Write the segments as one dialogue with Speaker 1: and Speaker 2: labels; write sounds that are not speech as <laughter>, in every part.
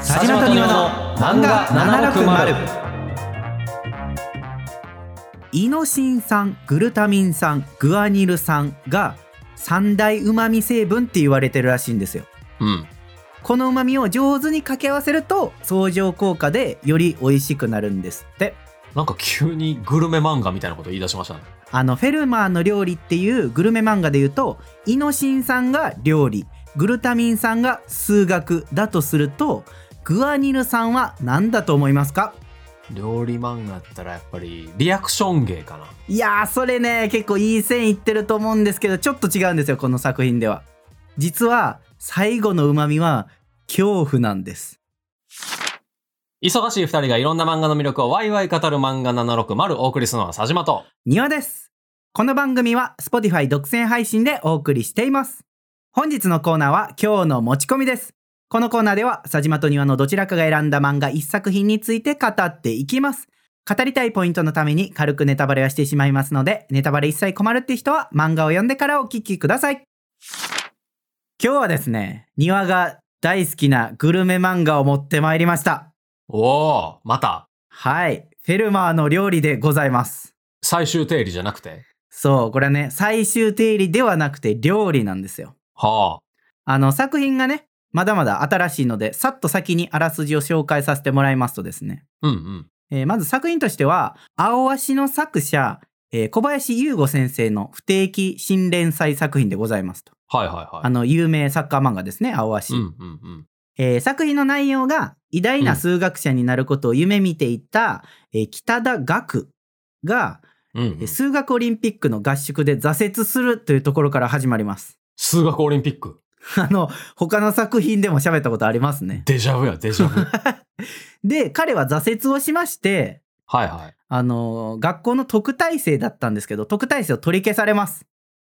Speaker 1: 佐島と庭の漫画760
Speaker 2: イノシン酸グルタミン酸グアニル酸が三大旨味成分って言われてるらしいんですよ
Speaker 1: うん
Speaker 2: この旨味を上手に掛け合わせると相乗効果でより美味しくなるんですって
Speaker 1: なんか急にグルメ漫画みたいなこと言い出しましたね
Speaker 2: あのフェルマーの料理っていうグルメ漫画で言うとイノシン酸が料理グルタミン酸が数学だとするとグアニル酸は何だと思いますか
Speaker 1: 料理漫画だったらやっぱりリアクション芸かない
Speaker 2: やーそれね結構いい線いってると思うんですけどちょっと違うんですよこの作品では実は最後の旨味は恐怖なんです
Speaker 1: 忙しい二人がいろんな漫画の魅力をワイワイ語る漫画760お送りするのは佐島と
Speaker 2: 庭ですこの番組は Spotify 独占配信でお送りしています本日のコーナーは今日の持ち込みですこのコーナーでは佐島と庭のどちらかが選んだ漫画一作品について語っていきます語りたいポイントのために軽くネタバレはしてしまいますのでネタバレ一切困るって人は漫画を読んでからお聞きください今日はですね庭が大好きなグルメ漫画を持ってまいりました
Speaker 1: おおまた
Speaker 2: はいフェルマーの料理でございます
Speaker 1: 最終定理じゃなくて
Speaker 2: そう、これはね、最終定理ではなくて料理なんですよ。
Speaker 1: は
Speaker 2: あの、作品がね、まだまだ新しいので、さっと先にあらすじを紹介させてもらいますとですね、
Speaker 1: あうんうん
Speaker 2: えーまず作品としては、青足の作者、えー小林優吾先生の不定期新連載作品でございますと。
Speaker 1: はいはいはい
Speaker 2: あの、有名サッカー漫画ですね、青足。
Speaker 1: うんうんうん
Speaker 2: えー作品の内容が偉大な数学者になることを夢見ていた、えー北田岳が、
Speaker 1: うんうん、
Speaker 2: 数学オリンピックの合宿で挫折するというところから始まります。
Speaker 1: 数学オリンピック
Speaker 2: <laughs> あの、他の作品でも喋ったことありますね。
Speaker 1: デジャブやデジ
Speaker 2: <laughs>
Speaker 1: ャブはい
Speaker 2: で、彼は挫折をしまして、
Speaker 1: はい
Speaker 2: あの、学校の特待生だったんですけど、特待生を取り消されます。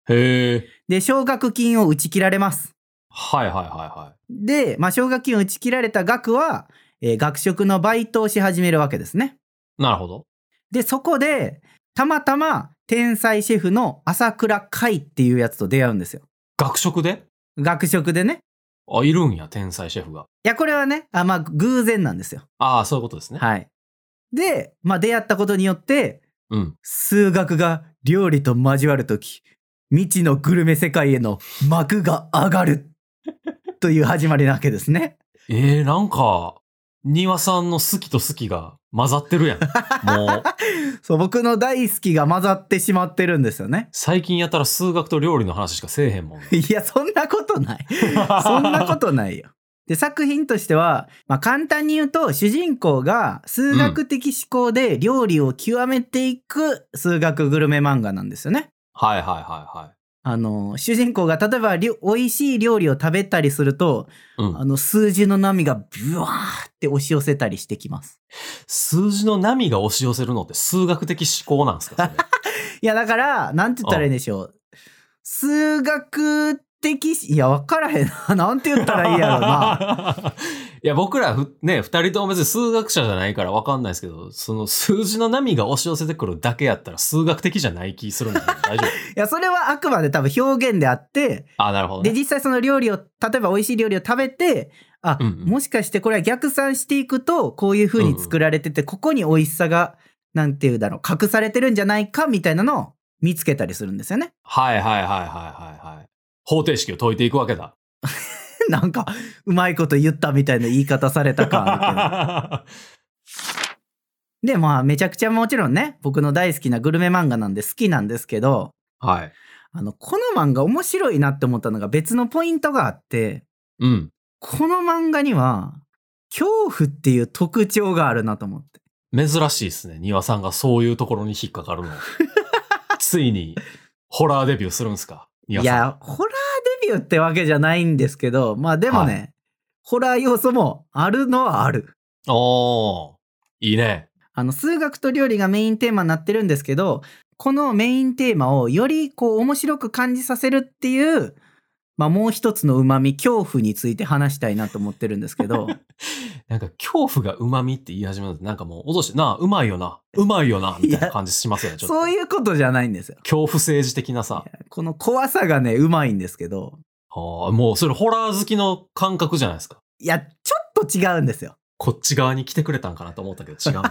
Speaker 1: へえ
Speaker 2: で、奨学金を打ち切られます。
Speaker 1: はいはいはいは
Speaker 2: で、まあ、奨学金を打ち切られた額は、えー学食のバイトをし始めるわけですね。
Speaker 1: いなるほど
Speaker 2: で、そこで、たまたま、天才シェフの朝倉海っていうやつと出会うんですよ。
Speaker 1: 学食で
Speaker 2: 学食でね。
Speaker 1: あいるんや天才シェフが
Speaker 2: いや、これはね、あまあ、偶然なんですよ。
Speaker 1: ああそういうことですね、
Speaker 2: はい。で、まあ、出会ったことによって、
Speaker 1: うん
Speaker 2: 数学が料理と交わるとき、未知のグルメ世界への幕が上がるという始まりなわけですね。
Speaker 1: えー、なんか庭さんの好きと好きが混ざってるやん
Speaker 2: <laughs>
Speaker 1: もう
Speaker 2: そう、僕の大好きが混ざってしまってるんですよね。
Speaker 1: 最近やったら数学と料理の話しかせえへんもん
Speaker 2: いや、そんなことない。 <laughs> そんなこととないよ。で、作品としては、まあ、簡単に言うと、主人公が数学的思考で料理を極めていく数学グルメ漫画なんですよね。
Speaker 1: はいはいはいはい
Speaker 2: あの、主人公が例えばりょ美味しい料理を食べたりすると、
Speaker 1: うん
Speaker 2: あの数字の波がブワーって押し寄せたりしてきます。
Speaker 1: 数字の波が押し寄せるのって数学的思考なんですかそれ
Speaker 2: いや、だから、なんて言ったらいいんでしょう。数学的し、いや、わからへんな。なんて言ったらいいやろう
Speaker 1: <laughs>
Speaker 2: な。
Speaker 1: いや、僕らふね、二人とも別に数学者じゃないから分かんないですけど、その数字の波が押し寄せてくるだけやったら数学的じゃない気するんだけど、大丈夫。
Speaker 2: いや、それはあくまで多分表現であって、
Speaker 1: あ、なるほど、
Speaker 2: で、
Speaker 1: ね。
Speaker 2: 実際その料理を、例えば美味しい料理を食べて、あ、
Speaker 1: うんうん
Speaker 2: もしかしてこれは逆算していくと、こういう風に作られてて、ここに美味しさが、なんて言うだろう、隠されてるんじゃないか、みたいなのを見つけたりするんですよね。
Speaker 1: はいはいはいはいはいはい。方程式を解いていくわけだ。
Speaker 2: なんか、うまいこと言ったみたいな言い方された感あるけど。で、まあ、めちゃくちゃもちろんね、僕の大好きなグルメ漫画なんで好きなんですけど、
Speaker 1: はい。
Speaker 2: あの、この漫画面白いなって思ったのが別のポイントがあって、
Speaker 1: うん。
Speaker 2: この漫画には、恐怖っていう特徴があるなと思って。
Speaker 1: 珍しいですね。庭さんがそういうところに引っかかる
Speaker 2: <laughs>
Speaker 1: の。ついに、ホラーデビューするんすか庭
Speaker 2: い
Speaker 1: さん。
Speaker 2: や、ホラーデビューってわけじゃないんですけど、まあでもね、
Speaker 1: は
Speaker 2: ホラー要素もあるのはある。
Speaker 1: おー。いいね。
Speaker 2: あの、数学と料理がメインテーマになってるんですけど、このメインテーマをよりこう面白く感じさせるっていう、まあもう一つの旨味、恐怖について話したいなと思ってるんですけ
Speaker 1: <laughs>
Speaker 2: ど、
Speaker 1: なんか、恐怖が旨味って言い始めるのってなんかもう、脅して、なあ、うまいよな、うまいよな、みたいな感じしますよね、ちょっと。
Speaker 2: そう
Speaker 1: う。
Speaker 2: いうことじゃないんですよ。
Speaker 1: 恐怖政治的なさ。
Speaker 2: この怖さがね、うまいんですけど、
Speaker 1: あーもう、それホラー好きの感覚じゃないですか。
Speaker 2: いや、ちょっ違うんですよ。
Speaker 1: こっち側に来てくれたんかなと思ったけど違
Speaker 2: <laughs>
Speaker 1: う。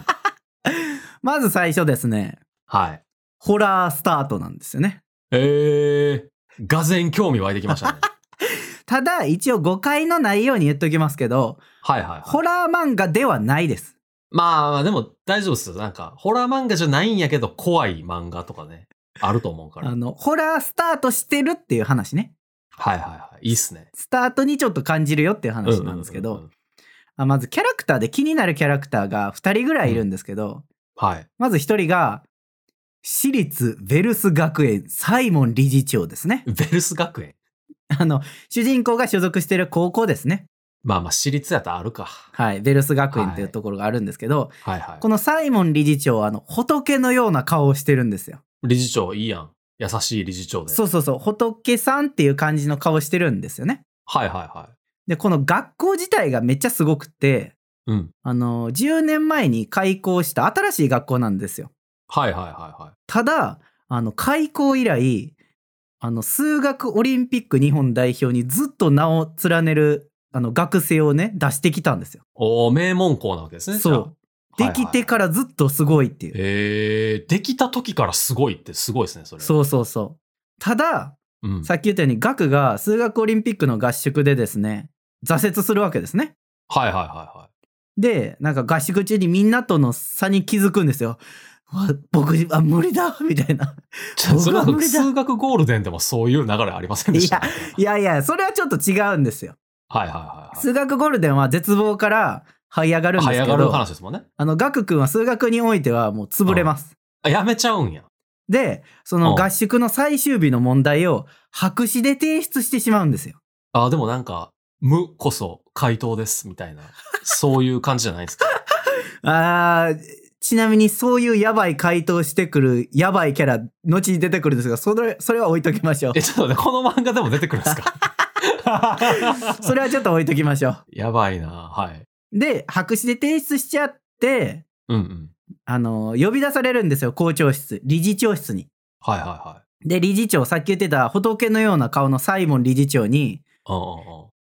Speaker 2: まず最初ですね、
Speaker 1: はい。
Speaker 2: ホラースタートなんですよね。
Speaker 1: ええー、がぜ興味湧いてきまし
Speaker 2: <laughs>
Speaker 1: たね。
Speaker 2: ただ、一応誤解のないように言っときますけど、
Speaker 1: はいはい、はい。
Speaker 2: ホラー漫画ではないです。
Speaker 1: まあまあ、でも大丈夫ですよ。なんか、ホラー漫画じゃないんやけど、怖い漫画とかね、あると思うから。
Speaker 2: あ
Speaker 1: はい
Speaker 2: の、ホラースタートしてるっていう話ね。
Speaker 1: はいはい。いいっすね。
Speaker 2: スタートにちょっと感じるよっていう話なんですけ
Speaker 1: ううう
Speaker 2: ど
Speaker 1: う、
Speaker 2: あまずキャラクターで気になるキャラクターが2人ぐらいいるんですけど、
Speaker 1: はい。
Speaker 2: まず1人が、私立ベルス学園サイモン理事長ですね。
Speaker 1: ベルス学園。
Speaker 2: あの、主人公が所属してる高校ですね。
Speaker 1: まあまあ、私立やったらあるか。
Speaker 2: はい、ベルス学園っていうところがあるんですけど、
Speaker 1: はいはい
Speaker 2: こ。のサイモン理事長はあの仏のような顔をしてるんですよ。
Speaker 1: 理事長、いいやん。優しい理事長で。
Speaker 2: そうそうそう仏さんっていう感じの顔してるんですよね。
Speaker 1: はいはいは
Speaker 2: でこの学校自体がめっちゃすごくって
Speaker 1: い。うん。
Speaker 2: あの10年前に開校した新しい学校なんですよ。
Speaker 1: はいはいはいは
Speaker 2: ただあの開校以来あの数学オリンピック日本代表にずっと名を連ねるあの学生をね出してきたんですよ。
Speaker 1: い。おー名門校なわけですね。
Speaker 2: そう
Speaker 1: じ
Speaker 2: で
Speaker 1: ゃ
Speaker 2: き
Speaker 1: あ。
Speaker 2: て
Speaker 1: ら。
Speaker 2: からずっとすごいっていう。
Speaker 1: えー、できた時からすごいってすごいですね、それ。
Speaker 2: そうそうそう。ただ
Speaker 1: う。うん。
Speaker 2: さっき言ったように学が数学オリンピックの合宿でですね挫折するわけですね。
Speaker 1: はいはいはいはい。
Speaker 2: でなんか合宿中にみんなとの差に気づくんですよ。うわ僕あ無理だみたいな。
Speaker 1: ちょそれは
Speaker 2: 僕は無理だ
Speaker 1: 数学ゴールデンでもそういう流れありませんでした、
Speaker 2: いやいやそれはちょっと違うんですよ。
Speaker 1: はいはいはいはい。
Speaker 2: 数学ゴールデンは絶望から這い上がるんです
Speaker 1: 早
Speaker 2: け
Speaker 1: 上がる
Speaker 2: ど
Speaker 1: 話ですもんね。
Speaker 2: あの学くんは数学においてはもう潰れます。
Speaker 1: あ、やめちゃうんや。
Speaker 2: でその
Speaker 1: うん
Speaker 2: 合宿の最終日の問題を白紙で提出してしまうんですよ。
Speaker 1: あ、でもなんか、無こそ回答です、みた
Speaker 2: <laughs>
Speaker 1: いな。そういう感じじゃないですか。
Speaker 2: あーちなみにそういうやばい回答してくるやばいキャラ後に出てくるんですがそれそれは置いときましょう
Speaker 1: え、ちょっとね、この漫画でも出てくるんですか
Speaker 2: <laughs> それはちょっと置いときましょ
Speaker 1: <laughs> やばいなはい。
Speaker 2: うで白紙で提出しちゃって
Speaker 1: うんうん。
Speaker 2: あの呼び出されるんですよ校長室理事長室に
Speaker 1: はいはいはい。
Speaker 2: で理事長さっき言ってた仏のような顔のサイモン理事長に
Speaker 1: うんうんうん。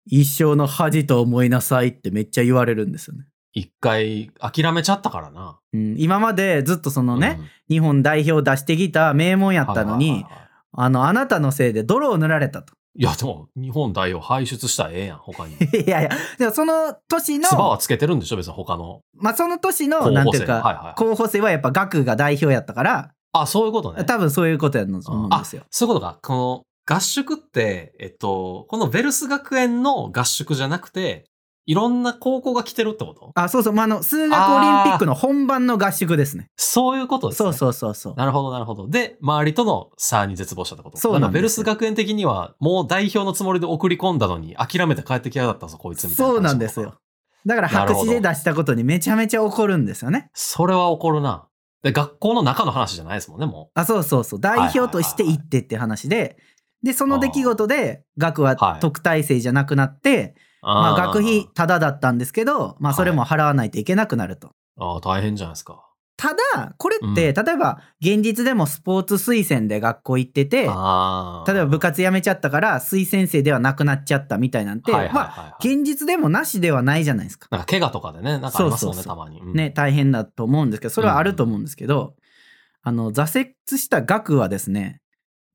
Speaker 2: 一生の恥と思いなさいってめっちゃ言われるんですよね、
Speaker 1: 一回諦めちゃったからな。
Speaker 2: うん、今までずっとそのね、
Speaker 1: うん、
Speaker 2: 日本代表出してきた名門やったのに、
Speaker 1: はいはいはいはい
Speaker 2: あのあなたのせいで泥を塗られたと <laughs>
Speaker 1: いや、でも、日本代表輩出したらええやん、他に。
Speaker 2: いやいや、でもその年
Speaker 1: 唾
Speaker 2: の、
Speaker 1: はつけてるんでしょ、別に他の。
Speaker 2: まあその年の、
Speaker 1: 候補生
Speaker 2: なんていうか、
Speaker 1: はいはいはい
Speaker 2: 候補生はやっぱ学が代表やったから、
Speaker 1: あ、そういうことね。
Speaker 2: 多分そういうことやと思うんですよ。
Speaker 1: そういうことか。この合宿って、えっと、このベルス学園の合宿じゃなくて、いろんな高校が来てるってこと
Speaker 2: あ、そうそう、まあ、あの、数学オリンピックの本番の合宿ですね。
Speaker 1: そういうことですね。
Speaker 2: そうそうそうそう。
Speaker 1: なるほど、なるほど。で、周りとの差に絶望したってこと
Speaker 2: そうなんです
Speaker 1: だからベルス学園的には、もう代表のつもりで送り込んだのに、諦めて帰ってきやがったぞ、こいつみたいな。
Speaker 2: そうなんですよ。。だから白紙で出したことにめちゃめちゃ怒るんですよね。
Speaker 1: それは怒るな。で、学校の中の話じゃないですもんね、も
Speaker 2: あ、そうそうそう。代表として行ってって話で、で、その出来事で、学
Speaker 1: は
Speaker 2: はい特待生じゃなくなって、
Speaker 1: う。
Speaker 2: まあ、
Speaker 1: ー
Speaker 2: 学費。タダだったんですけど、まあ、それも払わないといけなくなると。
Speaker 1: ああ、大変じゃないですか。
Speaker 2: ただこれって、例えば現実でもスポーツ推薦で学校行ってて
Speaker 1: ああ。
Speaker 2: 例えば部活辞めちゃったから推薦生ではなくなっちゃったみたいなんて、
Speaker 1: はいはいはい
Speaker 2: まあ
Speaker 1: はい、
Speaker 2: 現実でもなしではないじゃないですか。
Speaker 1: なんか怪我とかでね、なんかありますもん
Speaker 2: そうそうそう
Speaker 1: ね、たまに。うん
Speaker 2: ね、大変だと思うんですけどそれはあると思うんですけど、あの挫折した学はですね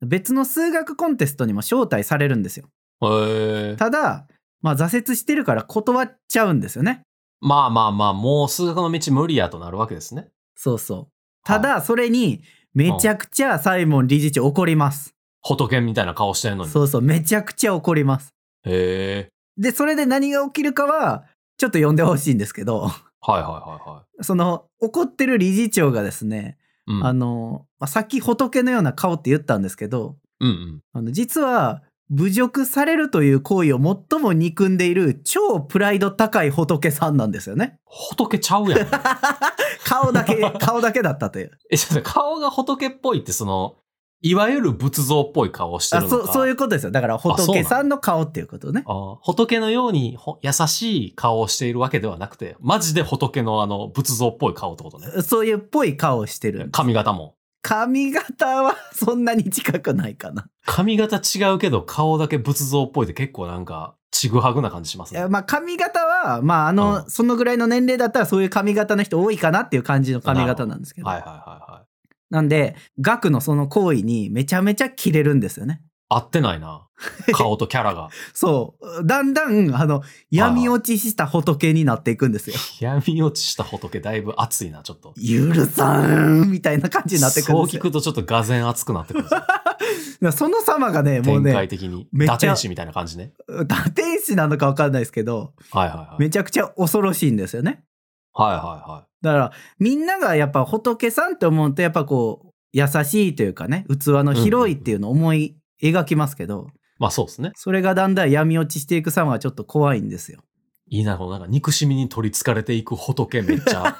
Speaker 2: 別の数学コンテストにも招待されるんですよ。
Speaker 1: へえ。
Speaker 2: ただ、まあ、挫折してるから断っちゃうんですよね。
Speaker 1: まあまあまあ、もう数学の道無理やとなるわけですね。
Speaker 2: そうそう。た
Speaker 1: はい、
Speaker 2: だそれにめちゃくちゃサイモン理事長怒ります。
Speaker 1: 仏みたいな顔してるのに。へ
Speaker 2: そうそうめちゃくちゃ怒ります。
Speaker 1: え。
Speaker 2: で、それで何が起きるかは、ちょっと読んでほしいんですけど、 <laughs>
Speaker 1: はいはいはいは
Speaker 2: その、怒ってる理事長がですね、
Speaker 1: い。うん。
Speaker 2: あの、まあ、さっき仏のような顔って言ったんですけど、
Speaker 1: うんうん。
Speaker 2: あの、実は、侮辱されるという行為を最も憎んでいる超プライド高い仏さんなんですよね。
Speaker 1: 仏ちゃう
Speaker 2: <laughs>
Speaker 1: やん。
Speaker 2: 顔
Speaker 1: <laughs>
Speaker 2: だけ、顔だけだったという。
Speaker 1: え、ちょっと顔が仏っぽいって、その、いわゆる仏像っぽい顔をして
Speaker 2: あ
Speaker 1: るのか
Speaker 2: そうそういうことですよ。だから
Speaker 1: そうなの
Speaker 2: 仏さんの顔っていうことね。
Speaker 1: あー仏のようにほ優しい顔をしているわけではなくて、マジで仏のあの仏像っぽい顔ってことね。
Speaker 2: そういうっぽい顔をしてる。
Speaker 1: 髪型も。
Speaker 2: 髪型はそんなに近くないかな。
Speaker 1: 髪型違うけど顔だけ仏像っぽいって結構なんかちぐはぐな感じします
Speaker 2: いや
Speaker 1: ね。
Speaker 2: まあ髪型は、まああの、
Speaker 1: う
Speaker 2: そのぐらいの年齢だったらそういう髪型の人多いかなっていう感じの髪型なんですけど。
Speaker 1: はいはいはいはい。
Speaker 2: なんで、ガクのその行為にめちゃめちゃキレるんですよね。
Speaker 1: 合ってないな。顔とキャラが。
Speaker 2: そう。だんだん、あの、闇落ちした仏になっていくんですよ。
Speaker 1: 闇落ちした仏だいぶ熱いな、ちょっと。
Speaker 2: 許さんみたいな感じになってくるん
Speaker 1: そう
Speaker 2: です
Speaker 1: 聞
Speaker 2: よ。
Speaker 1: くとちょっとがぜん熱くなってくるんですよ
Speaker 2: その様がね、もう
Speaker 1: 展開
Speaker 2: ね、
Speaker 1: 的に。
Speaker 2: めっちゃ
Speaker 1: 打天使みたいな感じね。
Speaker 2: 打天使なのかわかんないですけど、
Speaker 1: はいはいはい。
Speaker 2: めちゃくちゃ恐ろしいんですよね。
Speaker 1: はいはいはい。
Speaker 2: だから、みんながやっぱ仏さんって思うと、やっぱこう、優しいというかね、器の広いっていうのを思い描きますけど、
Speaker 1: まあそうですね。
Speaker 2: それがだんだん闇落ちしていく様はちょっと怖いんですよ。
Speaker 1: いいな、このなんか憎しみに取り憑かれていく仏めっち
Speaker 2: <laughs>
Speaker 1: ゃ。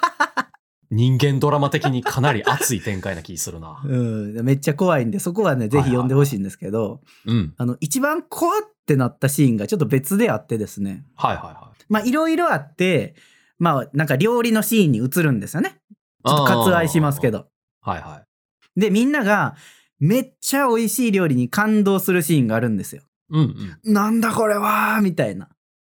Speaker 1: 人間ドラマ的にかなり熱い展開な気するな。
Speaker 2: うん、めっちゃ怖いんで、そこはね、ぜひ読んでほしいんですけど、
Speaker 1: うん。
Speaker 2: あの、一番怖ってなったシーンがちょっと別であってですね、
Speaker 1: はいはいはい。
Speaker 2: まあ、いろいろあって、まあ、なんか料理のシーンに移るんですよね。ちょっと割愛しますけ
Speaker 1: ど。
Speaker 2: ど。
Speaker 1: はいはい。
Speaker 2: で、みんなが、めっちゃ美味しい料理に感動するシーンがあるんですよ。
Speaker 1: うん
Speaker 2: なんだこれはみたいな。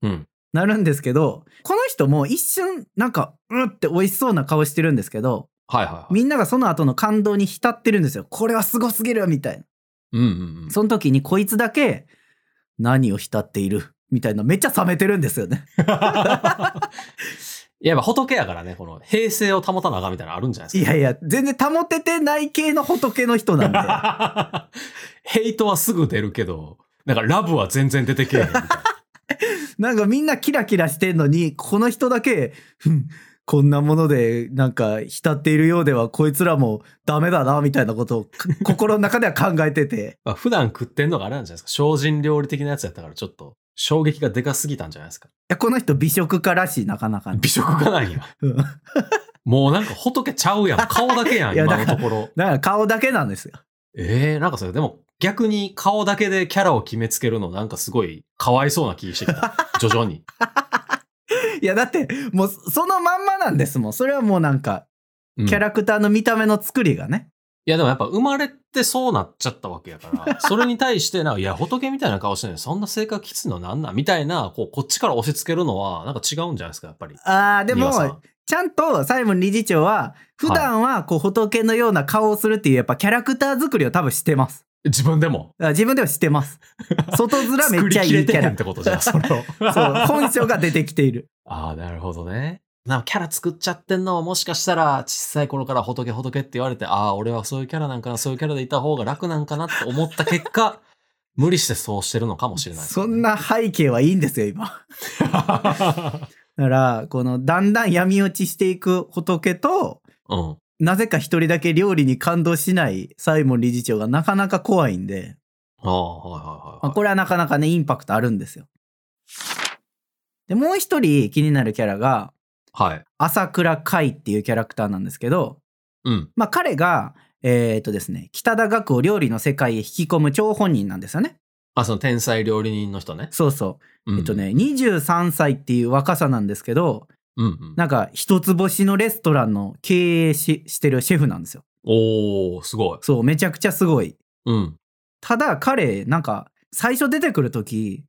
Speaker 1: うん。うん。
Speaker 2: なるんですけど、この人も一瞬、なんか、うんって美味しそうな顔してるんですけど、
Speaker 1: はいはいはい。
Speaker 2: みんながその後の感動に浸ってるんですよ。これはすごすぎるみたいな。
Speaker 1: う
Speaker 2: <laughs>
Speaker 1: んうんうん。
Speaker 2: その時にこいつだけ、何を浸っているみたいな、めっちゃ冷めてるんですよね。
Speaker 1: いや、やっぱ仏やからね、この平静を保たなあかんみたいなのあるんじゃないで
Speaker 2: い
Speaker 1: すか。
Speaker 2: やいや、全然保ててない系の仏の人なん
Speaker 1: <laughs>
Speaker 2: で。
Speaker 1: ヘイトはすぐ出るけど、なんかラブは全然出てけえへんみたいな。
Speaker 2: なんかみんなキラキラしてんのに、この人だけ、ふんこんなものでなんか浸っているようではこいつらもダメだな、みたいなことをか心の中では考えてて。
Speaker 1: <laughs> まあ、普段食ってんのがあれなんじゃないですか。精進料理的なやつやったからちょっと衝撃がでかすぎたんじゃないですか。
Speaker 2: いやこの人美食家らしい、なかなかね。
Speaker 1: 美食がないよ。
Speaker 2: うんだか
Speaker 1: もうなんか仏ちゃうやん。顔だけや <laughs> ん、
Speaker 2: いや
Speaker 1: 今
Speaker 2: だ
Speaker 1: の
Speaker 2: から
Speaker 1: ところ。
Speaker 2: ら顔だけなんですよ。
Speaker 1: ええー、なんかそれ、でも逆に顔だけでキャラを決めつけるのなんかすごいかわいそうな気してきた。徐々に。
Speaker 2: いや、だってもうそのまんまなんですもん。それはもうなんか、
Speaker 1: <laughs> うん
Speaker 2: キャラクターの見た目の作りがね。
Speaker 1: いやでもやっぱ生まれてそうなっちゃったわけ
Speaker 2: <laughs>
Speaker 1: やから、それに対してなんか、いや、仏みたいな顔してね、そんな性格きついのなんなんみたいな、こう、こっちから押し付けるのは、なんか違うんじゃないですか、やっぱり。
Speaker 2: ああ、で
Speaker 1: 丹羽さ
Speaker 2: も
Speaker 1: ん、
Speaker 2: ちゃんとサイモン理事長は、普段はこう仏のような顔をするっていうやっぱキャラクター作りを多分してます。
Speaker 1: 自分でも。
Speaker 2: あ自分では知ってます。外面めっちゃいいキ
Speaker 1: 作り切れて
Speaker 2: ャ
Speaker 1: へん
Speaker 2: ラ。
Speaker 1: ってことじゃん、それ <laughs> を。
Speaker 2: <laughs> そう、本性が出てきている。
Speaker 1: ああ、なるほどね。なんかキャラ作っちゃってんのはもしかしたら小さい頃から仏仏って言われて、ああ、俺はそういうキャラなんかな、そういうキャラでいた方が楽なんかなって思った結
Speaker 2: <laughs>
Speaker 1: 果、無理してそうしてるのかもしれないですね、
Speaker 2: そ
Speaker 1: <laughs>
Speaker 2: んな背景はいいんですよ、今。だから、この、だんだん闇落ちしていく仏と、
Speaker 1: うん。
Speaker 2: なぜか一人だけ料理に感動しないサイモン理事長がなかなか怖いんで、
Speaker 1: ああ、はいはいはい、はい
Speaker 2: まあ、これはなかなかね、インパクトあるんですよ。で、もう一人気になるキャラが、
Speaker 1: はい。
Speaker 2: 朝倉海っていうキャラクターなんですけど、
Speaker 1: うん。
Speaker 2: まあ彼が、えっ、とですね、北田学を料理の世界へ引き込む張本人なんですよね。
Speaker 1: あ、その天才料理人の人ね。
Speaker 2: そうそう。
Speaker 1: うん
Speaker 2: えっと。ね、23歳っていう若さなんですけど、
Speaker 1: うん、うん。
Speaker 2: なんか一つ星のレストランの経営ししてるシェフなんですよ。
Speaker 1: おー、すごい。
Speaker 2: そう、めちゃくちゃすごい。
Speaker 1: うん。
Speaker 2: ただ彼、なんか最初出てくる時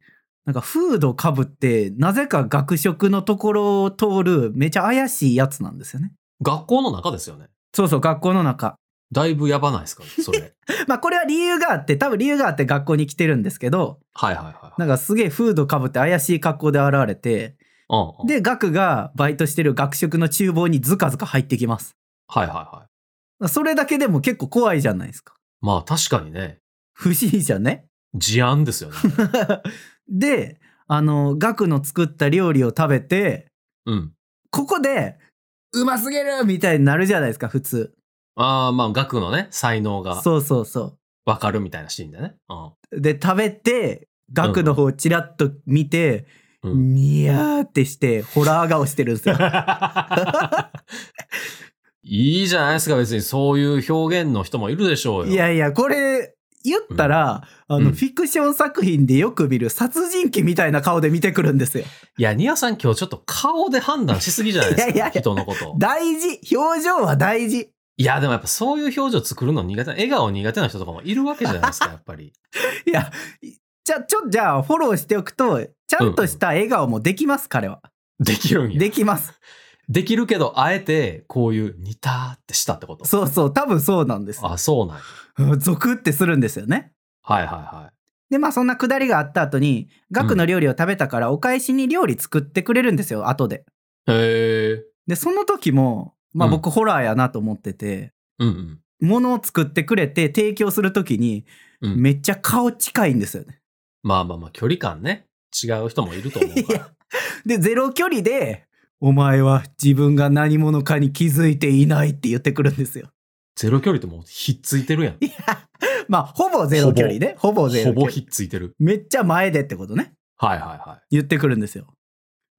Speaker 2: なんかフードかぶって、なぜか学食のところを通るめちゃ怪しいやつなんですよね。
Speaker 1: 学校の中ですよね。
Speaker 2: そうそう、学校の中。
Speaker 1: だいぶやばな
Speaker 2: <laughs>
Speaker 1: いですか、それ。
Speaker 2: まあこれは理由があって、多分理由があって学校に来てるんですけど、
Speaker 1: はいはいはい。
Speaker 2: なんかすげえフードかぶって怪しい格好で現れて、
Speaker 1: うんうん、
Speaker 2: で、学がバイトしてる学食の厨房にズカズカ入ってきます。
Speaker 1: はいはいはい。
Speaker 2: それだけでも結構怖いじゃないですか。
Speaker 1: まあ確かにね、
Speaker 2: 不思議じゃね
Speaker 1: 事案で
Speaker 2: <laughs>
Speaker 1: すよね。
Speaker 2: で、あの、ガクの作った料理を食べて、
Speaker 1: うん。
Speaker 2: ここで、うますぎるみたいになるじゃないですか、普通。
Speaker 1: ああ、まあ学のね、才能が
Speaker 2: そうそうそ
Speaker 1: わかるみたいなシーンだね。うん。
Speaker 2: う。で、食べて、ガクの方をチラッと見て、
Speaker 1: うん
Speaker 2: にやーってして、ホラー顔してるんですよ。
Speaker 1: <laughs> いいじゃないですか、別にそういう表現の人もいるでしょうよ。
Speaker 2: いやいや、これ、言ったら、あの、
Speaker 1: うん
Speaker 2: フィクション作品でよく見る殺人鬼みたいな顔で見てくるんですよ。
Speaker 1: いや、ニアさん今日ちょっと顔で判断しすぎじゃないです
Speaker 2: い
Speaker 1: か、
Speaker 2: やいやいや
Speaker 1: 人のこと。
Speaker 2: 大事表情は大事
Speaker 1: いや、でもやっぱそういう表情作るの苦手、笑顔苦手な人とかもいるわけじゃないですか、やっぱり。
Speaker 2: いや、いじゃあ、ちょ、じゃあ、フォローしておくと、ちゃんとした笑顔もできます、彼は。
Speaker 1: <laughs> できるんや。
Speaker 2: できます。
Speaker 1: できるけど、あえて、こういう、似たってしたってこと
Speaker 2: そうそう、多分そうなんです。
Speaker 1: あ、そうなんや。
Speaker 2: うんゾクってするんですよね。
Speaker 1: はいはいは
Speaker 2: で、まあ、そんなくだりがあった後に、ガクの料理を食べたから、お返しに料理作ってくれるんですよ、後で。
Speaker 1: い。へえ。
Speaker 2: で、その時も、まあ、
Speaker 1: うん
Speaker 2: 僕、ホラーやなと思ってて、
Speaker 1: うんうん。
Speaker 2: 物を作ってくれて提供する時に、
Speaker 1: うん
Speaker 2: めっちゃ顔近いんですよね。
Speaker 1: まあまあまあ、距離感ね。違う人も <laughs> いると思うから。
Speaker 2: で、ゼロ距離で、お前は自分が何者かに気づいていないって言ってくるんですよ。 <laughs>
Speaker 1: ゼロ距離ってもうひっついてるやん。
Speaker 2: まあ、ほぼゼロ距離ね。ほぼゼロ距
Speaker 1: ほぼ
Speaker 2: 離
Speaker 1: ひ。っついてる。
Speaker 2: めっちゃ前でってことね。
Speaker 1: はい <laughs> は
Speaker 2: 言ってくるんですよ。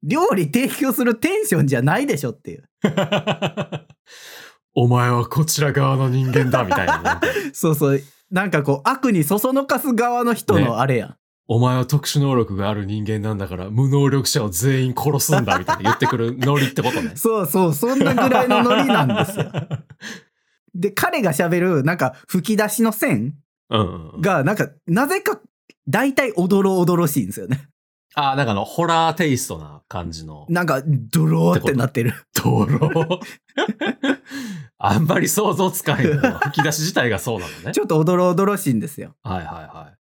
Speaker 2: 料理提供するテンションじゃないでしょっていう。
Speaker 1: いはい。お前はこちら側の人間だみたいな。なんか
Speaker 2: そうそう。なんかこう、悪にそそのかす側の人
Speaker 1: ね
Speaker 2: のあれやん。。
Speaker 1: お前は特殊能力がある人間なんだから、無能力者を全員殺すんだみたいな言ってくるノリってことね
Speaker 2: そうそう、そんなぐらいのノリなんです
Speaker 1: <laughs>
Speaker 2: よ。。で、彼が喋る、なんか吹き出しの線
Speaker 1: うんうんうん、
Speaker 2: が、なんか、なぜか、大体おどろおどろしいんですよね。
Speaker 1: あーなんかあの、ホラーテイストな感じの。
Speaker 2: なんか、ドローってなってる。
Speaker 1: ドロ <laughs> あんまり想像つかへんけど、吹き出し自体がそうなのね
Speaker 2: ち。ょっとおどろおどろしいんですよ。
Speaker 1: はいはいは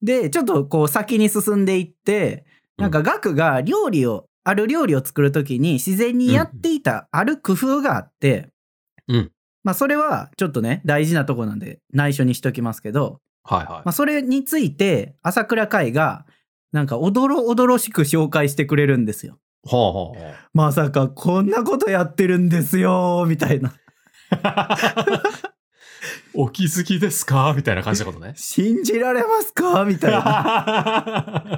Speaker 2: で、ちょっとこう、先に進んでいって、
Speaker 1: い。
Speaker 2: なんか、
Speaker 1: う
Speaker 2: ガクが料理を、ある料理を作るときに自然にやっていたある工夫があって、
Speaker 1: うん
Speaker 2: まあそれはちょっとね、大事なとこなんで内緒にしときますけど、
Speaker 1: はいはい
Speaker 2: まあ、それについて朝倉海がなんかおどろおどろしく紹介してくれるんですよ。
Speaker 1: ほうほうほう。
Speaker 2: まさかこんなことやってるんですよみたいな。
Speaker 1: お気づきですかみたいな感じのことね
Speaker 2: <laughs>
Speaker 1: <laughs>
Speaker 2: 信じられますかみたいな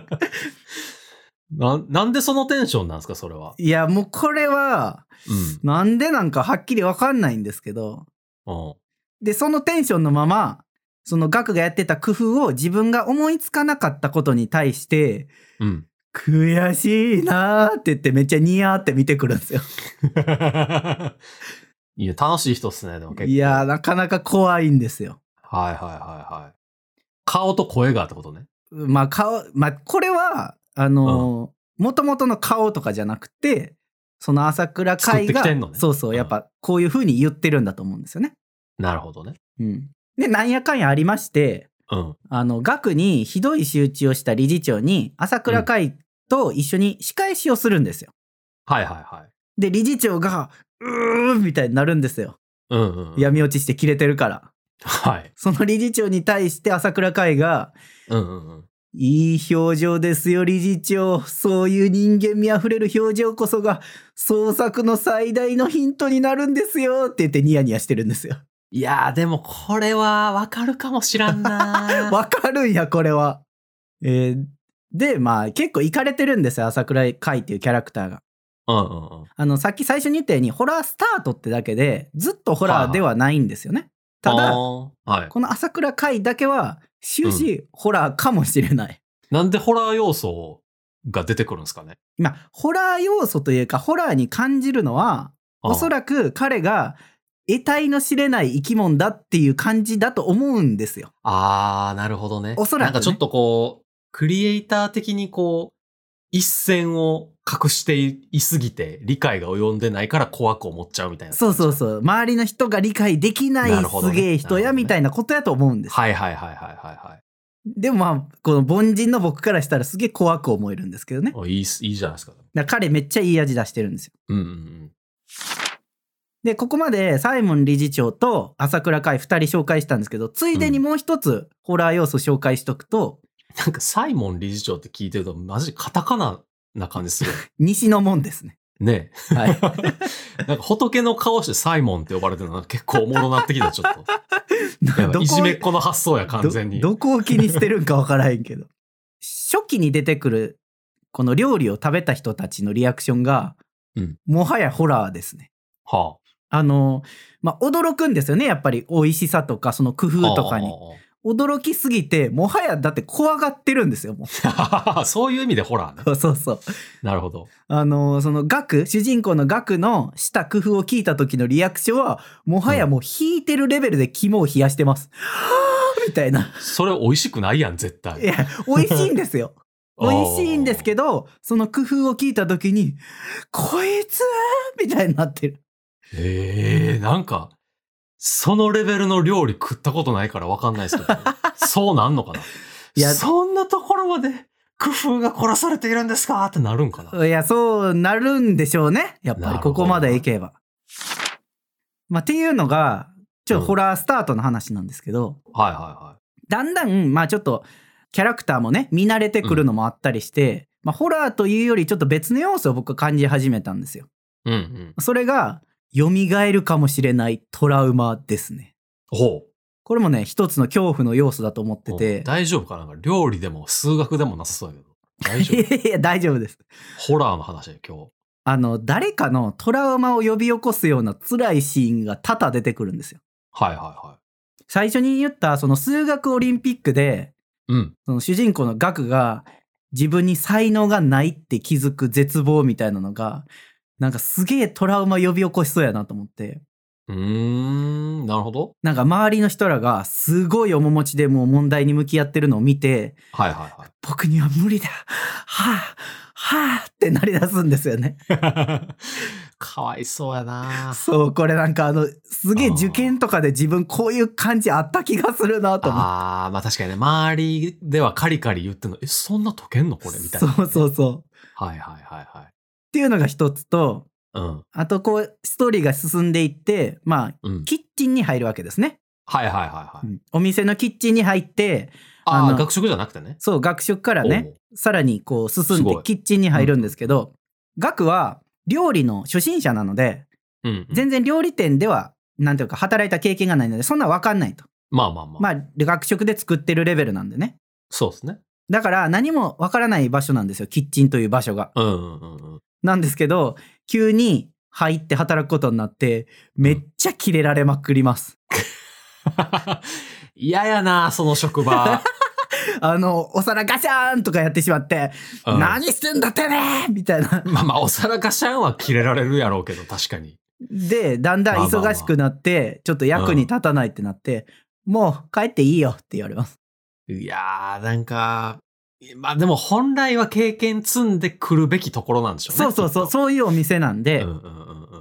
Speaker 1: ななんでそのテンションなんですかそれは。
Speaker 2: いやもうこれは
Speaker 1: うん
Speaker 2: なんでなんかはっきりわかんないんですけど
Speaker 1: うん。
Speaker 2: でそのテンションのままそのガクがやってた工夫を自分が思いつかなかったことに対して
Speaker 1: <laughs> うん。
Speaker 2: 悔しいなーって言ってめっちゃニヤーって見てくるんですよ。
Speaker 1: いや、楽しい人っすね、でも結構。
Speaker 2: いやー
Speaker 1: はい
Speaker 2: なかなか怖いんですよ。
Speaker 1: はいはいはい。顔と声がってことね。
Speaker 2: まあ顔、まあこれは、あのー、もともとの顔とかじゃなくて、その朝倉海
Speaker 1: 作
Speaker 2: が、
Speaker 1: ってきてんのね
Speaker 2: そうそうう、
Speaker 1: ん
Speaker 2: やっぱこういうふうに言ってるんだと思うんですよね。
Speaker 1: なるほどね。
Speaker 2: うん。で、なんやかんやありまして、
Speaker 1: うん。
Speaker 2: あの、学にひどい仕打ちをした理事長に、朝倉海と一緒に仕返しをするんですよ。
Speaker 1: はいはいはい。
Speaker 2: で、理事長が、うーんみたいになるんですよ。
Speaker 1: うんうんうん。
Speaker 2: 闇落ちしてキレてるから。
Speaker 1: はい。
Speaker 2: その理事長に対して朝倉海が、
Speaker 1: うんうんうん。
Speaker 2: いい表情ですよ、理事長。そういう人間味あふれる表情こそが、創作の最大のヒントになるんですよ、って言ってニヤニヤしてるんですよ。
Speaker 1: いやー、でもこれはわかるかもしらん <laughs> な
Speaker 2: わかるんや、これは。えーで、まあ、結構いかれてるんですよ、朝倉海っていうキャラクターが。
Speaker 1: うんうんうん。
Speaker 2: あの、さっき最初に言ったように、ホラースタートってだけで、ずっとホラーではないんですよね。た
Speaker 1: あ
Speaker 2: だ、
Speaker 1: ーはい。
Speaker 2: この朝倉海だけは、終始ホラーかもしれない。
Speaker 1: なんでホラー要素が出てくるんですかね
Speaker 2: まあ、ホラー要素というか、ホラーに感じるのは、おそ
Speaker 1: ら
Speaker 2: らく彼が得体の知れない生き物だっていう感じだと思うんですよ。
Speaker 1: あー、なるほどね。
Speaker 2: おそらくね
Speaker 1: なんかちょっとこう、クリエイター的にこう、一線を隠していすぎて理解が及んでないから怖く思っちゃうみたいな。
Speaker 2: そうそう
Speaker 1: う。
Speaker 2: そう。周りの人が理解できない
Speaker 1: なるほど
Speaker 2: す
Speaker 1: ね
Speaker 2: げえ人や
Speaker 1: なるほどね
Speaker 2: みたいなことやと思うんです。
Speaker 1: はいはいはいはいは
Speaker 2: でもまあ、この凡人の僕からしたらすげえ怖く思えるんですけどね。だ
Speaker 1: い
Speaker 2: か
Speaker 1: はい。あいいっす、いいじゃないですか。
Speaker 2: ら彼めっちゃいい味出してるんですよ。
Speaker 1: うんうんうん。
Speaker 2: で、ここまでサイモン理事長と朝倉海二人紹介したんですけど、ついでにもう一つホラー要素紹介しとくと、
Speaker 1: なんかサイモン理事長って聞いてるとマジカタカナな感じするよ
Speaker 2: 西の門ですね。
Speaker 1: ね。。
Speaker 2: はい <laughs>
Speaker 1: なんか仏の顔してサイモンって呼ばれてるのが結構おもろなってき
Speaker 2: <laughs>
Speaker 1: た、ちょっと。やばいいじめっ子の発想や、完全に。
Speaker 2: どどこを気にしてるんか分からへんけど初期に出てくるこの料理を食べた人たちのリアクションが、
Speaker 1: うん
Speaker 2: もはやホラーですね
Speaker 1: は
Speaker 2: あのまあ驚くんですよねやっぱり美味しさとかその工
Speaker 1: あ、
Speaker 2: 夫とかに
Speaker 1: は
Speaker 2: 驚きすぎてもはやだって怖がってるんですよもう
Speaker 1: あはあは <laughs> あそういう意味でホラーね。
Speaker 2: そうそうそう
Speaker 1: なるほど。
Speaker 2: あのその額主人公の額のした工夫を聞いた時のリアクションはもはやもう引いてるレベルで肝を冷やしてます、はぁ <laughs> みたいな。
Speaker 1: それ美味しくないやん、絶対。
Speaker 2: いや、美味しいんです
Speaker 1: <laughs>
Speaker 2: よ。美味しいんですけ
Speaker 1: ど。
Speaker 2: ど、その工夫を聞いた時に、こいつみたいになってる。
Speaker 1: ええなんか、そのレベルの料理食ったことないからわかんない
Speaker 2: <laughs>
Speaker 1: ですけど、そうなんのかない
Speaker 2: や
Speaker 1: そんなところまで工夫が凝らされているんですかってなるんかない
Speaker 2: や、そうなるんでしょうね。やっぱ
Speaker 1: な
Speaker 2: り
Speaker 1: るほ
Speaker 2: こ
Speaker 1: ど
Speaker 2: こまでいけば。まあ、っていうのが、ちょっとホラースタートの話なんですけど、
Speaker 1: はいは
Speaker 2: だんだん、まあちょっと、キャラクターもね、見慣れてくるのもあったりして、まあ、ホラーというよりちょっと別の要素を僕は感じ始めたんですよ。
Speaker 1: いはい。うんうん。
Speaker 2: それが、蘇るかもしれないトラウマですね。
Speaker 1: ほう。
Speaker 2: これもね、一つの恐怖の要素だと思って
Speaker 1: うん
Speaker 2: て。
Speaker 1: 大丈夫かななんか料理でも数学でもなさそうやけど。大
Speaker 2: <laughs>
Speaker 1: 丈夫
Speaker 2: いやいや、大丈夫です。
Speaker 1: ホラーの話で今日。
Speaker 2: あの、誰かのトラウマを呼び起こすような辛いシーンが多々出てくるんですよ。
Speaker 1: はいはいは
Speaker 2: 最初に言った、その数学オリンピックで、
Speaker 1: い。うん。
Speaker 2: その主人公のガクが自分に才能がないって気づく絶望みたいなのが、なんかすげえトラウマ呼び起こしそうやなと思って。
Speaker 1: うーん、なるほど。
Speaker 2: なんか周りの人らがすごい面持ちでもう問題に向き合ってるのを見て、
Speaker 1: は
Speaker 2: <laughs>
Speaker 1: いは
Speaker 2: 僕には無理だはあはあってなりだすんですよね。
Speaker 1: いはい。かわいそうやな
Speaker 2: そう、これなんかあの、すげえ
Speaker 1: あー
Speaker 2: 受験とかで自分こういう感じあった気がするなと思っ
Speaker 1: あー、まあ確かにね、周りではカリカリ言ってんの、え、そんな溶けんのこれみ
Speaker 2: て。
Speaker 1: たいな。
Speaker 2: そうそうそう。っ
Speaker 1: はいはいは
Speaker 2: ていうのが一つと、
Speaker 1: いはい。
Speaker 2: あとこう、ストーリーが進んでいって、まあ、
Speaker 1: うん。うん。
Speaker 2: キッチンに入るわけですね。
Speaker 1: はいはいはいはい。
Speaker 2: うんお店のキッチンに入って、
Speaker 1: あ
Speaker 2: あ
Speaker 1: あ
Speaker 2: の
Speaker 1: 学食じゃなくてね。
Speaker 2: そう、学食からね、さらにこう進
Speaker 1: す
Speaker 2: んで
Speaker 1: ごい
Speaker 2: キッチンに入るんですけど、学は料理の初心者なので、
Speaker 1: おう。うん、うん。
Speaker 2: 全然料理店では、なんていうか働いた経験がないので、そんなわかんないと。
Speaker 1: まあまあまあ。
Speaker 2: まあ、学食で作ってるレベルなんでね。
Speaker 1: そうですね。
Speaker 2: だから何もわからない場所なんですよ、キッチンという場所が。
Speaker 1: うんうんうん <laughs> うん。
Speaker 2: なんですけど、急に入って働くことになって、めっちゃキレられまくります。
Speaker 1: 嫌やなその職 <laughs> 場。
Speaker 2: あの、お皿ガシャーンとかやってしまって、
Speaker 1: うん
Speaker 2: 何してんだてめえみたい
Speaker 1: <laughs>
Speaker 2: な。
Speaker 1: まあまあ、お皿ガシャンは切れられるやろうけど、確かに。
Speaker 2: で、だんだん忙しくなって、ちょっと役に立たないってなって、もう帰っていいよって言われます。
Speaker 1: いやー、なんか、まあでも本来は経験積んでくるべきところなんでしょうね。
Speaker 2: そうそうそう、
Speaker 1: きっ
Speaker 2: そういうお店なんで、
Speaker 1: とうんうんうんう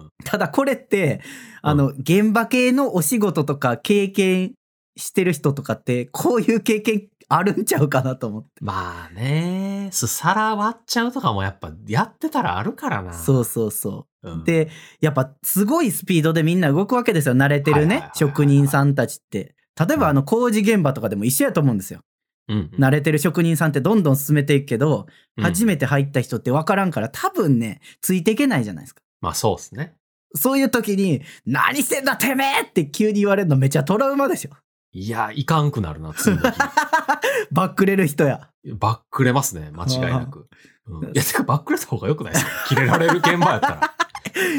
Speaker 1: ん。
Speaker 2: ただこれって、あの、現場系のお仕事とか経験してる人とかって、こういう経験あるんちゃうかなと思って。
Speaker 1: まあね、す皿割っちゃうとかもやっぱやってたらあるからな。
Speaker 2: そうそうそうう。
Speaker 1: ん。
Speaker 2: で、やっぱすごいスピードでみんな動くわけですよ。慣れてる
Speaker 1: はいはいはい
Speaker 2: ね
Speaker 1: は、い
Speaker 2: 職人さんたちって。例えばあの工事現場とかでも一緒やと思うんですよ。
Speaker 1: うんうん、
Speaker 2: 慣れてる職人さんってどんどん進めていくけど、
Speaker 1: うん
Speaker 2: 初めて入った人って分からんから多分ね、ついていけないじゃないですか。
Speaker 1: まあそうですね。
Speaker 2: そういう時に、何してんだてめえって急に言われるのめちゃトラウマでしょ。
Speaker 1: いや、いかんくなるな、次の日。
Speaker 2: <laughs> バックれる人や。
Speaker 1: バックれますね、間違いなく。うん、いや、てかバックれた方が良くないですか切れられる現場やっ
Speaker 2: <laughs>
Speaker 1: たら。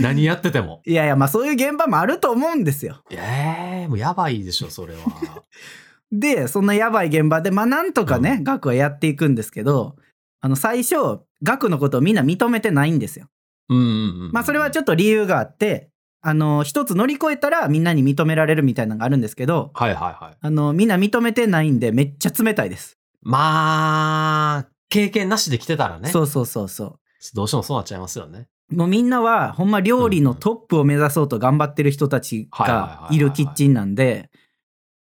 Speaker 1: 何やってても。
Speaker 2: いやいや、まあそういう現場もあると思うんですよ。
Speaker 1: ええもうやばいでしょ、それは。
Speaker 2: で、そんなやばい現場で、まあなんとかね、
Speaker 1: うん
Speaker 2: ガクはやっていくんですけど、あの最初、ガクのことをみんな認めてないんですよ。
Speaker 1: うんうんうん。
Speaker 2: まあそれはち
Speaker 1: ょっ
Speaker 2: ょっと理由があって、あの、一つ乗り越えたらみんなに認められるみたいなのがあるんですけど、
Speaker 1: と。はいはいはい。
Speaker 2: あの、みんな認めてないんで、めっちゃ冷たいです。
Speaker 1: まあ、経験なしで来てたらね。
Speaker 2: そうそうそうそ
Speaker 1: どうしてもそうなっちゃいますよね。
Speaker 2: う。もうみんなは、ほんま料理のトップを目指そうと頑張ってる人たち
Speaker 1: はいはい
Speaker 2: が
Speaker 1: はいはい
Speaker 2: いるキッチンなんで、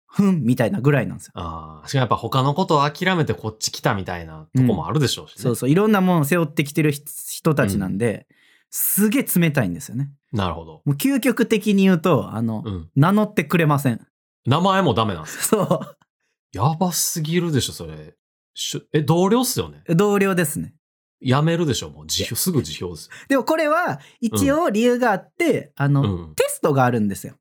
Speaker 2: ふんみたいなぐらいなんですよ。
Speaker 1: ああ、しかもやっぱ他のことを諦めてこっち来たみたいなとこもあるでしょうしね。
Speaker 2: そうそう。いろんなものを背負ってきてる人人たちなんで、すげえ冷たいんですよね。
Speaker 1: なるほど。
Speaker 2: もう究極的に言うと、あの、
Speaker 1: うん。
Speaker 2: 名乗ってくれません。 <laughs>
Speaker 1: 名前もダメなんです。
Speaker 2: そ
Speaker 1: やばすぎるでしょ、それ。しゅえ、同僚っすよね。
Speaker 2: う。同僚ですね。
Speaker 1: 辞めるでしょ、もう辞表、すぐ辞表ですよ。
Speaker 2: でもこれは、一応理由があって、あの、
Speaker 1: うん。
Speaker 2: テストがあるんですよ。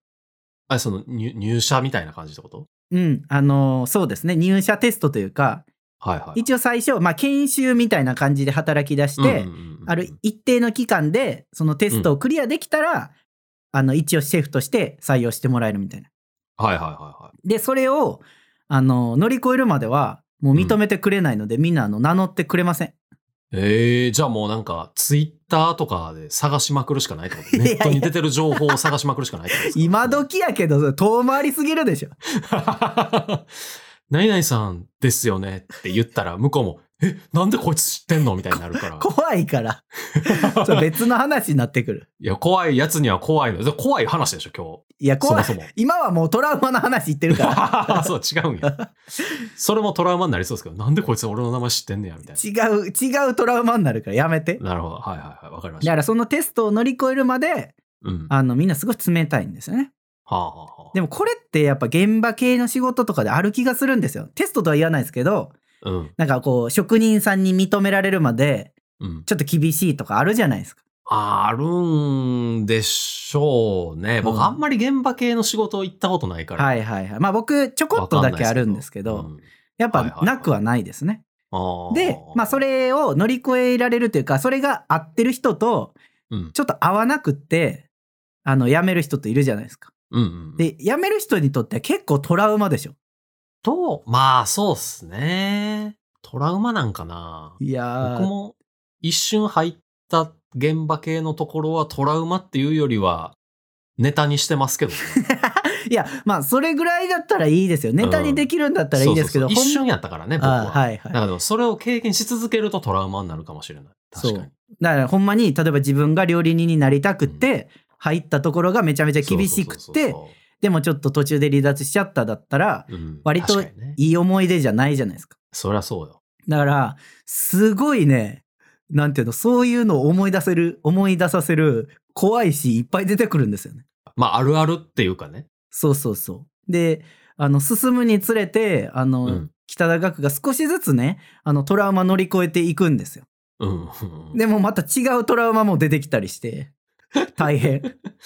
Speaker 1: あ、その入入社みたいな感じってこと
Speaker 2: うん。あの、そうですね。入社テストというか、
Speaker 1: はいはい。
Speaker 2: 一応最初、まあ、研修みたいな感じで働き出して、
Speaker 1: うんうんうんうん
Speaker 2: ある一定の期間でそのテストをクリアできたら、あの一応シェフとして採用してもらえるみたいな。
Speaker 1: はいはいはいはい。
Speaker 2: でそれをあの乗り越えるまではもう認めてくれないので、みんなあの名乗ってくれません。
Speaker 1: えー、じゃあもうなんか、ツイッターとかで探しまくるしかないってこと
Speaker 2: <laughs> いやい
Speaker 1: ネ
Speaker 2: や
Speaker 1: ットに出てる情報を探しまくるしかないってことですか
Speaker 2: 今時やけどそれ遠回りすぎるでしょ。
Speaker 1: <laughs> 何々さんですよねって言ったら、向こうも、え、なんでこいつ知ってんのみたいになる
Speaker 2: <laughs>
Speaker 1: から。
Speaker 2: 怖いから。そう別の話になってくる。
Speaker 1: いや、怖いやつには怖いの。で怖い話でしょ、
Speaker 2: いや、
Speaker 1: 今日。そ
Speaker 2: 怖
Speaker 1: も
Speaker 2: い。
Speaker 1: そも。 <laughs>
Speaker 2: 今はもうトラウマの話言ってるか
Speaker 1: そう、違うんや。それもトラウマになりそうですけど、なんでこいつ俺の名前知ってんねや、みたい
Speaker 2: ら。違う、違うトラウマになるからやめて。
Speaker 1: な。なるほど。はいはいはい。わかりまし
Speaker 2: だ
Speaker 1: た。
Speaker 2: からそのテストを乗り越えるまで、
Speaker 1: うん。は
Speaker 2: あの、みんなすごい冷たいんですよね。
Speaker 1: あ、はあは
Speaker 2: でもこれってやっぱ現場系の仕事とかである気がするんですよ。テストとは言わないですけど、
Speaker 1: あ、うん。
Speaker 2: なんかこう、職人さんに認められるまで、
Speaker 1: うん。
Speaker 2: ちょっと厳しいとかあるじゃないですか。
Speaker 1: あるんでしょうね。
Speaker 2: う
Speaker 1: 僕、
Speaker 2: ん
Speaker 1: あんまり現場系の仕事行ったことないから。
Speaker 2: はいはいはい。まあ僕、ちょこっとだけあるんですけ
Speaker 1: わか
Speaker 2: ど、
Speaker 1: んないです
Speaker 2: やっ
Speaker 1: はいはい
Speaker 2: ぱ
Speaker 1: はい
Speaker 2: なくはないですね。
Speaker 1: けどうんあー
Speaker 2: で、まあそ、れを乗り越えられるというか、それが合ってる人と、
Speaker 1: うん。
Speaker 2: ちょっと合わなくって、あの、辞める人っているじゃないですか。
Speaker 1: うんうん。
Speaker 2: で、辞める人にとっては結構トラウマでしょ。
Speaker 1: と、まあそうっすね。トラウマなんかな。
Speaker 2: いや
Speaker 1: 僕も一瞬入った現場系のところはトラウマっていうよりはネタにしてますけどね。
Speaker 2: いや、まあ、それぐらいだったらいいですよ。ネタにできるんだったらいいですけど、
Speaker 1: そうそうそう一
Speaker 2: ほん
Speaker 1: 瞬やったからね、僕
Speaker 2: あ
Speaker 1: は。
Speaker 2: はいはい。
Speaker 1: だからでもそれを経験し続けるとトラウマになるかもしれない。確かに。
Speaker 2: だからほんまに例えば自分が料理人になりたくって、入ったところがめちゃめちゃ厳しく
Speaker 1: そうそう
Speaker 2: て
Speaker 1: そうそ
Speaker 2: でもちょっと途中で離脱しちゃっただったら
Speaker 1: ううん
Speaker 2: 割と
Speaker 1: 確かにね
Speaker 2: いい思い出じゃないじゃないですか
Speaker 1: そりゃそうよ。
Speaker 2: だからすごいねなんていうのそういうのを思い出せる思い出させる怖いしいっぱい出てくるんですよね
Speaker 1: まああるあるっていうかね。
Speaker 2: そうそうそうであの進むにつれてあの、
Speaker 1: うん
Speaker 2: 北田岳が少しずつねあのトラウマ乗り越えていくんですよ
Speaker 1: うんうんうん。
Speaker 2: でもまた違うトラウマも出てきたりして大変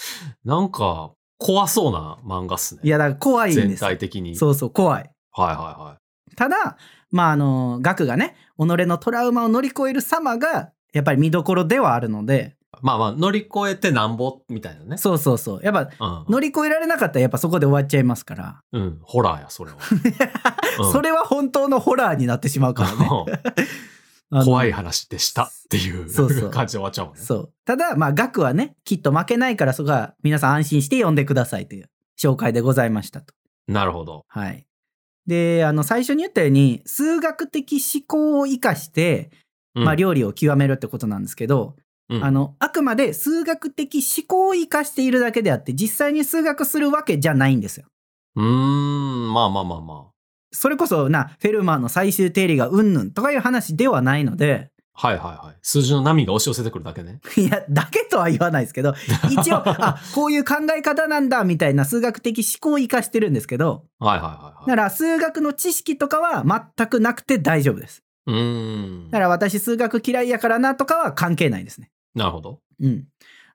Speaker 1: <laughs> なんか怖そうな漫画っすね。
Speaker 2: いやだから怖いん
Speaker 1: 全
Speaker 2: ですよ
Speaker 1: 体的に。
Speaker 2: そうそう、怖い。
Speaker 1: はいはいはい。
Speaker 2: ただ、まあ、あの、ガクがね、己のトラウマを乗り越える様が、やっぱり見どころではあるので、
Speaker 1: まあまあ、乗り越えてなんぼみたいなね。
Speaker 2: そうそうそう。やっぱ、
Speaker 1: うん。
Speaker 2: 乗り越えられなかったら、やっぱそこで終わっちゃいますから、
Speaker 1: うん、ホラーや、
Speaker 2: <laughs>
Speaker 1: それは。うん
Speaker 2: それは本当のホラーになってしまうからね。あの
Speaker 1: <laughs> 怖い。話でしたっていう
Speaker 2: <laughs> そうそう
Speaker 1: 感じで終わっちゃうもんね。
Speaker 2: そう。ただ、まあ、ガクはね、きっと負けないから、そこは皆さん安心して読んでくださいという紹介でございましたと。
Speaker 1: なるほど。
Speaker 2: はい。で、あの、最初に言ったように、数学的思考を生かして、
Speaker 1: うん
Speaker 2: まあ、料理を極めるってことなんですけど、
Speaker 1: うん
Speaker 2: あの、あくまで数学的思考を生かしているだけであって、実際に数学するわけじゃないんですよ。
Speaker 1: うーん、まあまあまあま
Speaker 2: それこそな、フェルマーの最終定理がうんぬんとかいう話ではないので、 <laughs>
Speaker 1: あ。はいはいはい。数字の波が押し寄せてくるだけね。
Speaker 2: いや、だけとは言わないですけ
Speaker 1: <laughs>
Speaker 2: ど、一応、あ、こういう考え方なんだ、みたいな数学的思考を生かしてるんですけど、
Speaker 1: はいはいはいは。
Speaker 2: ないら数学の知識とかは全くなくて大丈夫です。
Speaker 1: うーん。
Speaker 2: だから私数学嫌いやからなとかは関係ないですね。
Speaker 1: なるほど。
Speaker 2: うん。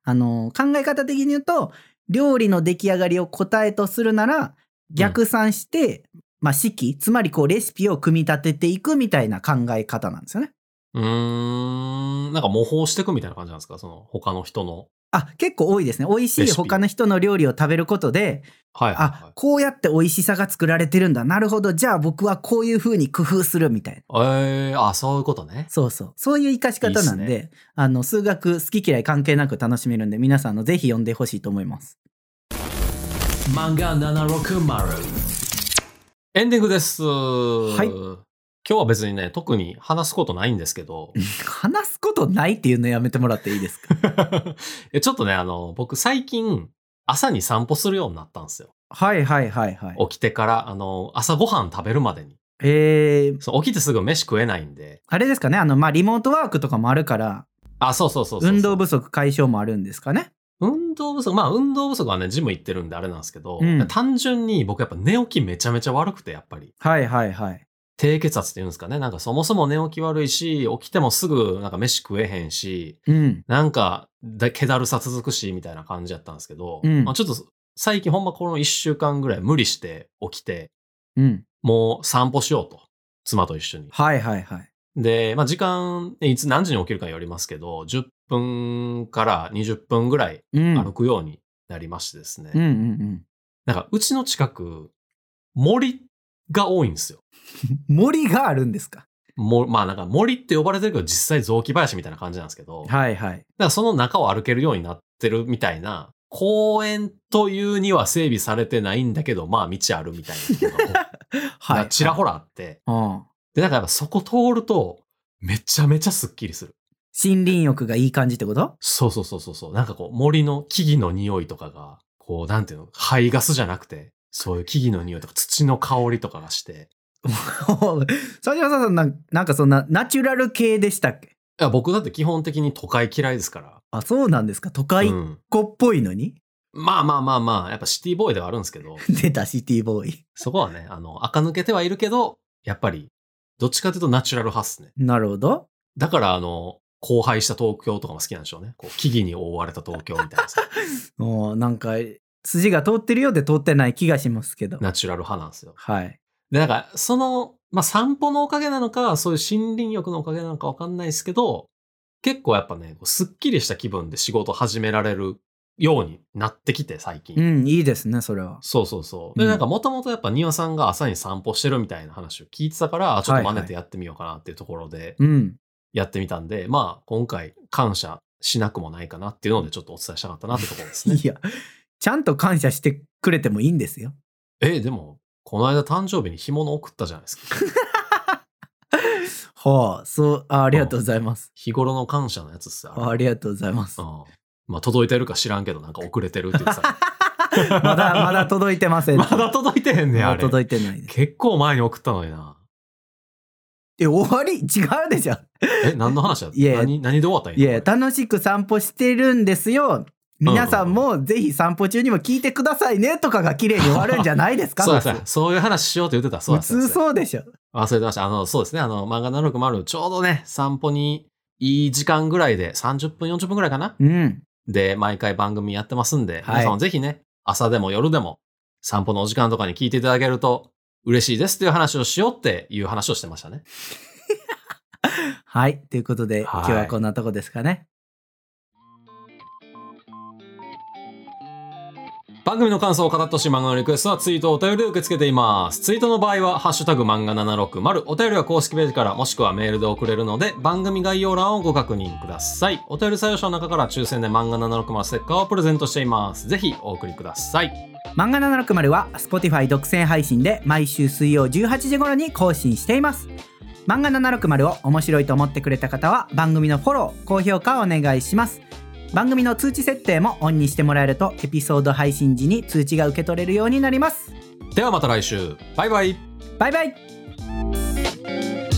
Speaker 2: あの、考え方的に言うと、料理の出来上がりを答えとするなら、逆算して、まあ、式、つまりこう、レシピを組み立てていくみたいな考え方なんですよね。
Speaker 1: うーん。なんか模倣していくみたいな感じなんですかその他の人の。
Speaker 2: あ、結構多いですね。美味し
Speaker 1: レ
Speaker 2: い
Speaker 1: シピ
Speaker 2: 他の人の料理を食べることで、
Speaker 1: はいはいは
Speaker 2: あ、こうやって美味しさが作られてるんだ。なるほど。じゃあ僕はこういう風に工夫するみたいな。
Speaker 1: い。えー、あ、そういうことね。
Speaker 2: そうそう。そういう生かし方なんで、
Speaker 1: いいっ
Speaker 2: あの、数学好き嫌い関係なく楽しめるんで、皆さんあのぜひ読んでほしいと思います。
Speaker 1: 漫画760。エンディングです。はい今日は別にね、特に話すことないんです
Speaker 2: <laughs>
Speaker 1: けど、
Speaker 2: 話すことないっていうのやめてもらっていいですか
Speaker 1: えちょっとね、あの、僕最近、朝に散歩するようになったんですよ。
Speaker 2: はいはいはいはい。
Speaker 1: 起きてから、あの、朝ごはん食べるまでに。
Speaker 2: えー、
Speaker 1: そう起きてすぐ飯食えないんで。
Speaker 2: あれですかね、あの、まあ、リモートワークとかもあるから、
Speaker 1: あ、そうそうそうそうそう
Speaker 2: 運動不足解消もあるんですかね。
Speaker 1: 運動不足。まあ、運動不足はね、ジム行ってるんであれなんですけど、
Speaker 2: うん
Speaker 1: 単純に僕やっぱ寝起きめちゃめちゃ悪くて、やっぱり。
Speaker 2: はいはいはい。
Speaker 1: 低血圧っていうんですかね。なんかそもそも寝起き悪いし、起きてもすぐなんか飯食えへんし、
Speaker 2: うん。
Speaker 1: なんか、だけだるさ続くし、みたいな感じやったんですけど、
Speaker 2: うん
Speaker 1: まあ、ちょっと最近ほんまこの1週間ぐらい無理して起きて、
Speaker 2: うん。
Speaker 1: もう散歩しようと。妻と一緒に。
Speaker 2: はいはいはい。
Speaker 1: で、まあ時間、いつ何時に起きるかによりますけど、10分から20分ぐらい
Speaker 2: うん。
Speaker 1: 歩くようになりましてですね。
Speaker 2: うんうんうん。
Speaker 1: なんかうちの近く、森が多いんですよ。
Speaker 2: 森があるんですか
Speaker 1: もまあなんか森って呼ばれてるけど、実際雑木林みたいな感じなんですけど、だか
Speaker 2: はいはい。
Speaker 1: らその中を歩けるようになってるみたいな公園というには整備されてないんだけど、まあ道あるみたいなのがもう
Speaker 2: <laughs> は
Speaker 1: が
Speaker 2: い。
Speaker 1: ちらほらあって。
Speaker 2: うん。
Speaker 1: で、だからやっぱそこ通ると、めちゃめちゃスッキリする。
Speaker 2: 森林浴がいい感じってこと <laughs>
Speaker 1: そうそうそうそうそう。なんかこう森の木々の匂いとかが、こうなんていうの、排ガスじゃなくて、そういう木々の匂いとか土の香りとかがして。
Speaker 2: 佐島さんなんなんかそんなナチュラル系でしたっけ
Speaker 1: いや、僕だって基本的に都会嫌いですから。
Speaker 2: あそうなんですか都会っ
Speaker 1: うん
Speaker 2: 子っぽいのに、 <laughs>
Speaker 1: まあまあまあまあ、やっぱシティボーイではあるんですけど、
Speaker 2: 出たシティボーイ
Speaker 1: そこはね、あの、垢抜けてはいるけど、やっぱり、どっちかというとナチュラル派っすね。
Speaker 2: なるほど
Speaker 1: だから、あの、荒廃した東京とかも好きなんでしょうね。こう、木々に覆われた東京みたい
Speaker 2: <laughs>
Speaker 1: なさ、
Speaker 2: もうなんか筋が通ってるようで通ってない気がしますけど
Speaker 1: ナチュラル派なんですよ。
Speaker 2: はい
Speaker 1: で、なんか、その、まあ、散歩のおかげなのか、そういう森林浴のおかげなのかわかんないですけど、結構やっぱね、こうすっきりした気分で仕事始められるようになってきて、最近。
Speaker 2: うんいいですねそれは
Speaker 1: そうそうそう。で、
Speaker 2: うん
Speaker 1: なんかもともとやっぱ庭さんが朝に散歩してるみたいな話を聞いてたから、あちょっと真似てやってみようかなっていうところで
Speaker 2: うん
Speaker 1: やってみたんで、まあ今回感謝しなくもないかなっていうのでちょっとお伝えしたかったなってところですね。
Speaker 2: <laughs> いやちゃんと感謝してくれてもいいんですよ
Speaker 1: え、でも、この間誕生日に干物送ったじゃないですか。
Speaker 2: はあそうあありがとうございます
Speaker 1: 日頃の感謝のやつっすよ。
Speaker 2: あありがとうございます
Speaker 1: う
Speaker 2: ま
Speaker 1: ん。まあ届いてるか知らんけど、なんか遅れてるって言ってた。
Speaker 2: だ <laughs> まだ届いてません
Speaker 1: <laughs> まだ届いてへんね
Speaker 2: ま
Speaker 1: あ
Speaker 2: だ
Speaker 1: れ。
Speaker 2: 届いてないです
Speaker 1: 結構前に送ったのにな。
Speaker 2: え終わり違うでしょ
Speaker 1: え、何の話だ
Speaker 2: いやいや
Speaker 1: 何何で終わったん
Speaker 2: いや楽しく散歩してるんですよ皆さんもぜひ散歩中にも聞いてくださいねとかが綺麗に終わるんじゃないですか
Speaker 1: そうだそうだそういう話しようって言ってた。そう
Speaker 2: 普
Speaker 1: だそうだ
Speaker 2: 通そうでしょ
Speaker 1: 忘れてました。あの、そうですね。あの、漫画760、ちょうどね、散歩にいい時間ぐらいで、30分、40分ぐらいかな
Speaker 2: うん
Speaker 1: で、毎回番組やってますんで、
Speaker 2: い
Speaker 1: 皆さんもぜひね、朝でも夜でも、散歩のお時間とかに聞いていただけると嬉しいですという話をしようっていう話をしてましたね。
Speaker 2: はい。ということで、
Speaker 1: はい
Speaker 2: 今日はこんなとこですかね。
Speaker 1: 番組の感想を語ってほしい漫画のリクエストはツイートをお便りで受け付けています。ツイートの場合は、ハッシュタグ漫画760、お便りは公式ページからもしくはメールで送れるので、番組概要欄をご確認ください。お便り採用者の中から抽選で漫画760ステッカーをプレゼントしています。ぜひお送りください。
Speaker 2: 漫画760は Spotify 独占配信で毎週水曜18時頃に更新しています。漫画760を面白いと思ってくれた方は番組のフォロー、高評価をお願いします。番組の通知設定もオンにしてもらえるとエピソード配信時に通知が受け取れるようになります。
Speaker 1: ではまた来週。バイバイ。
Speaker 2: バイバイ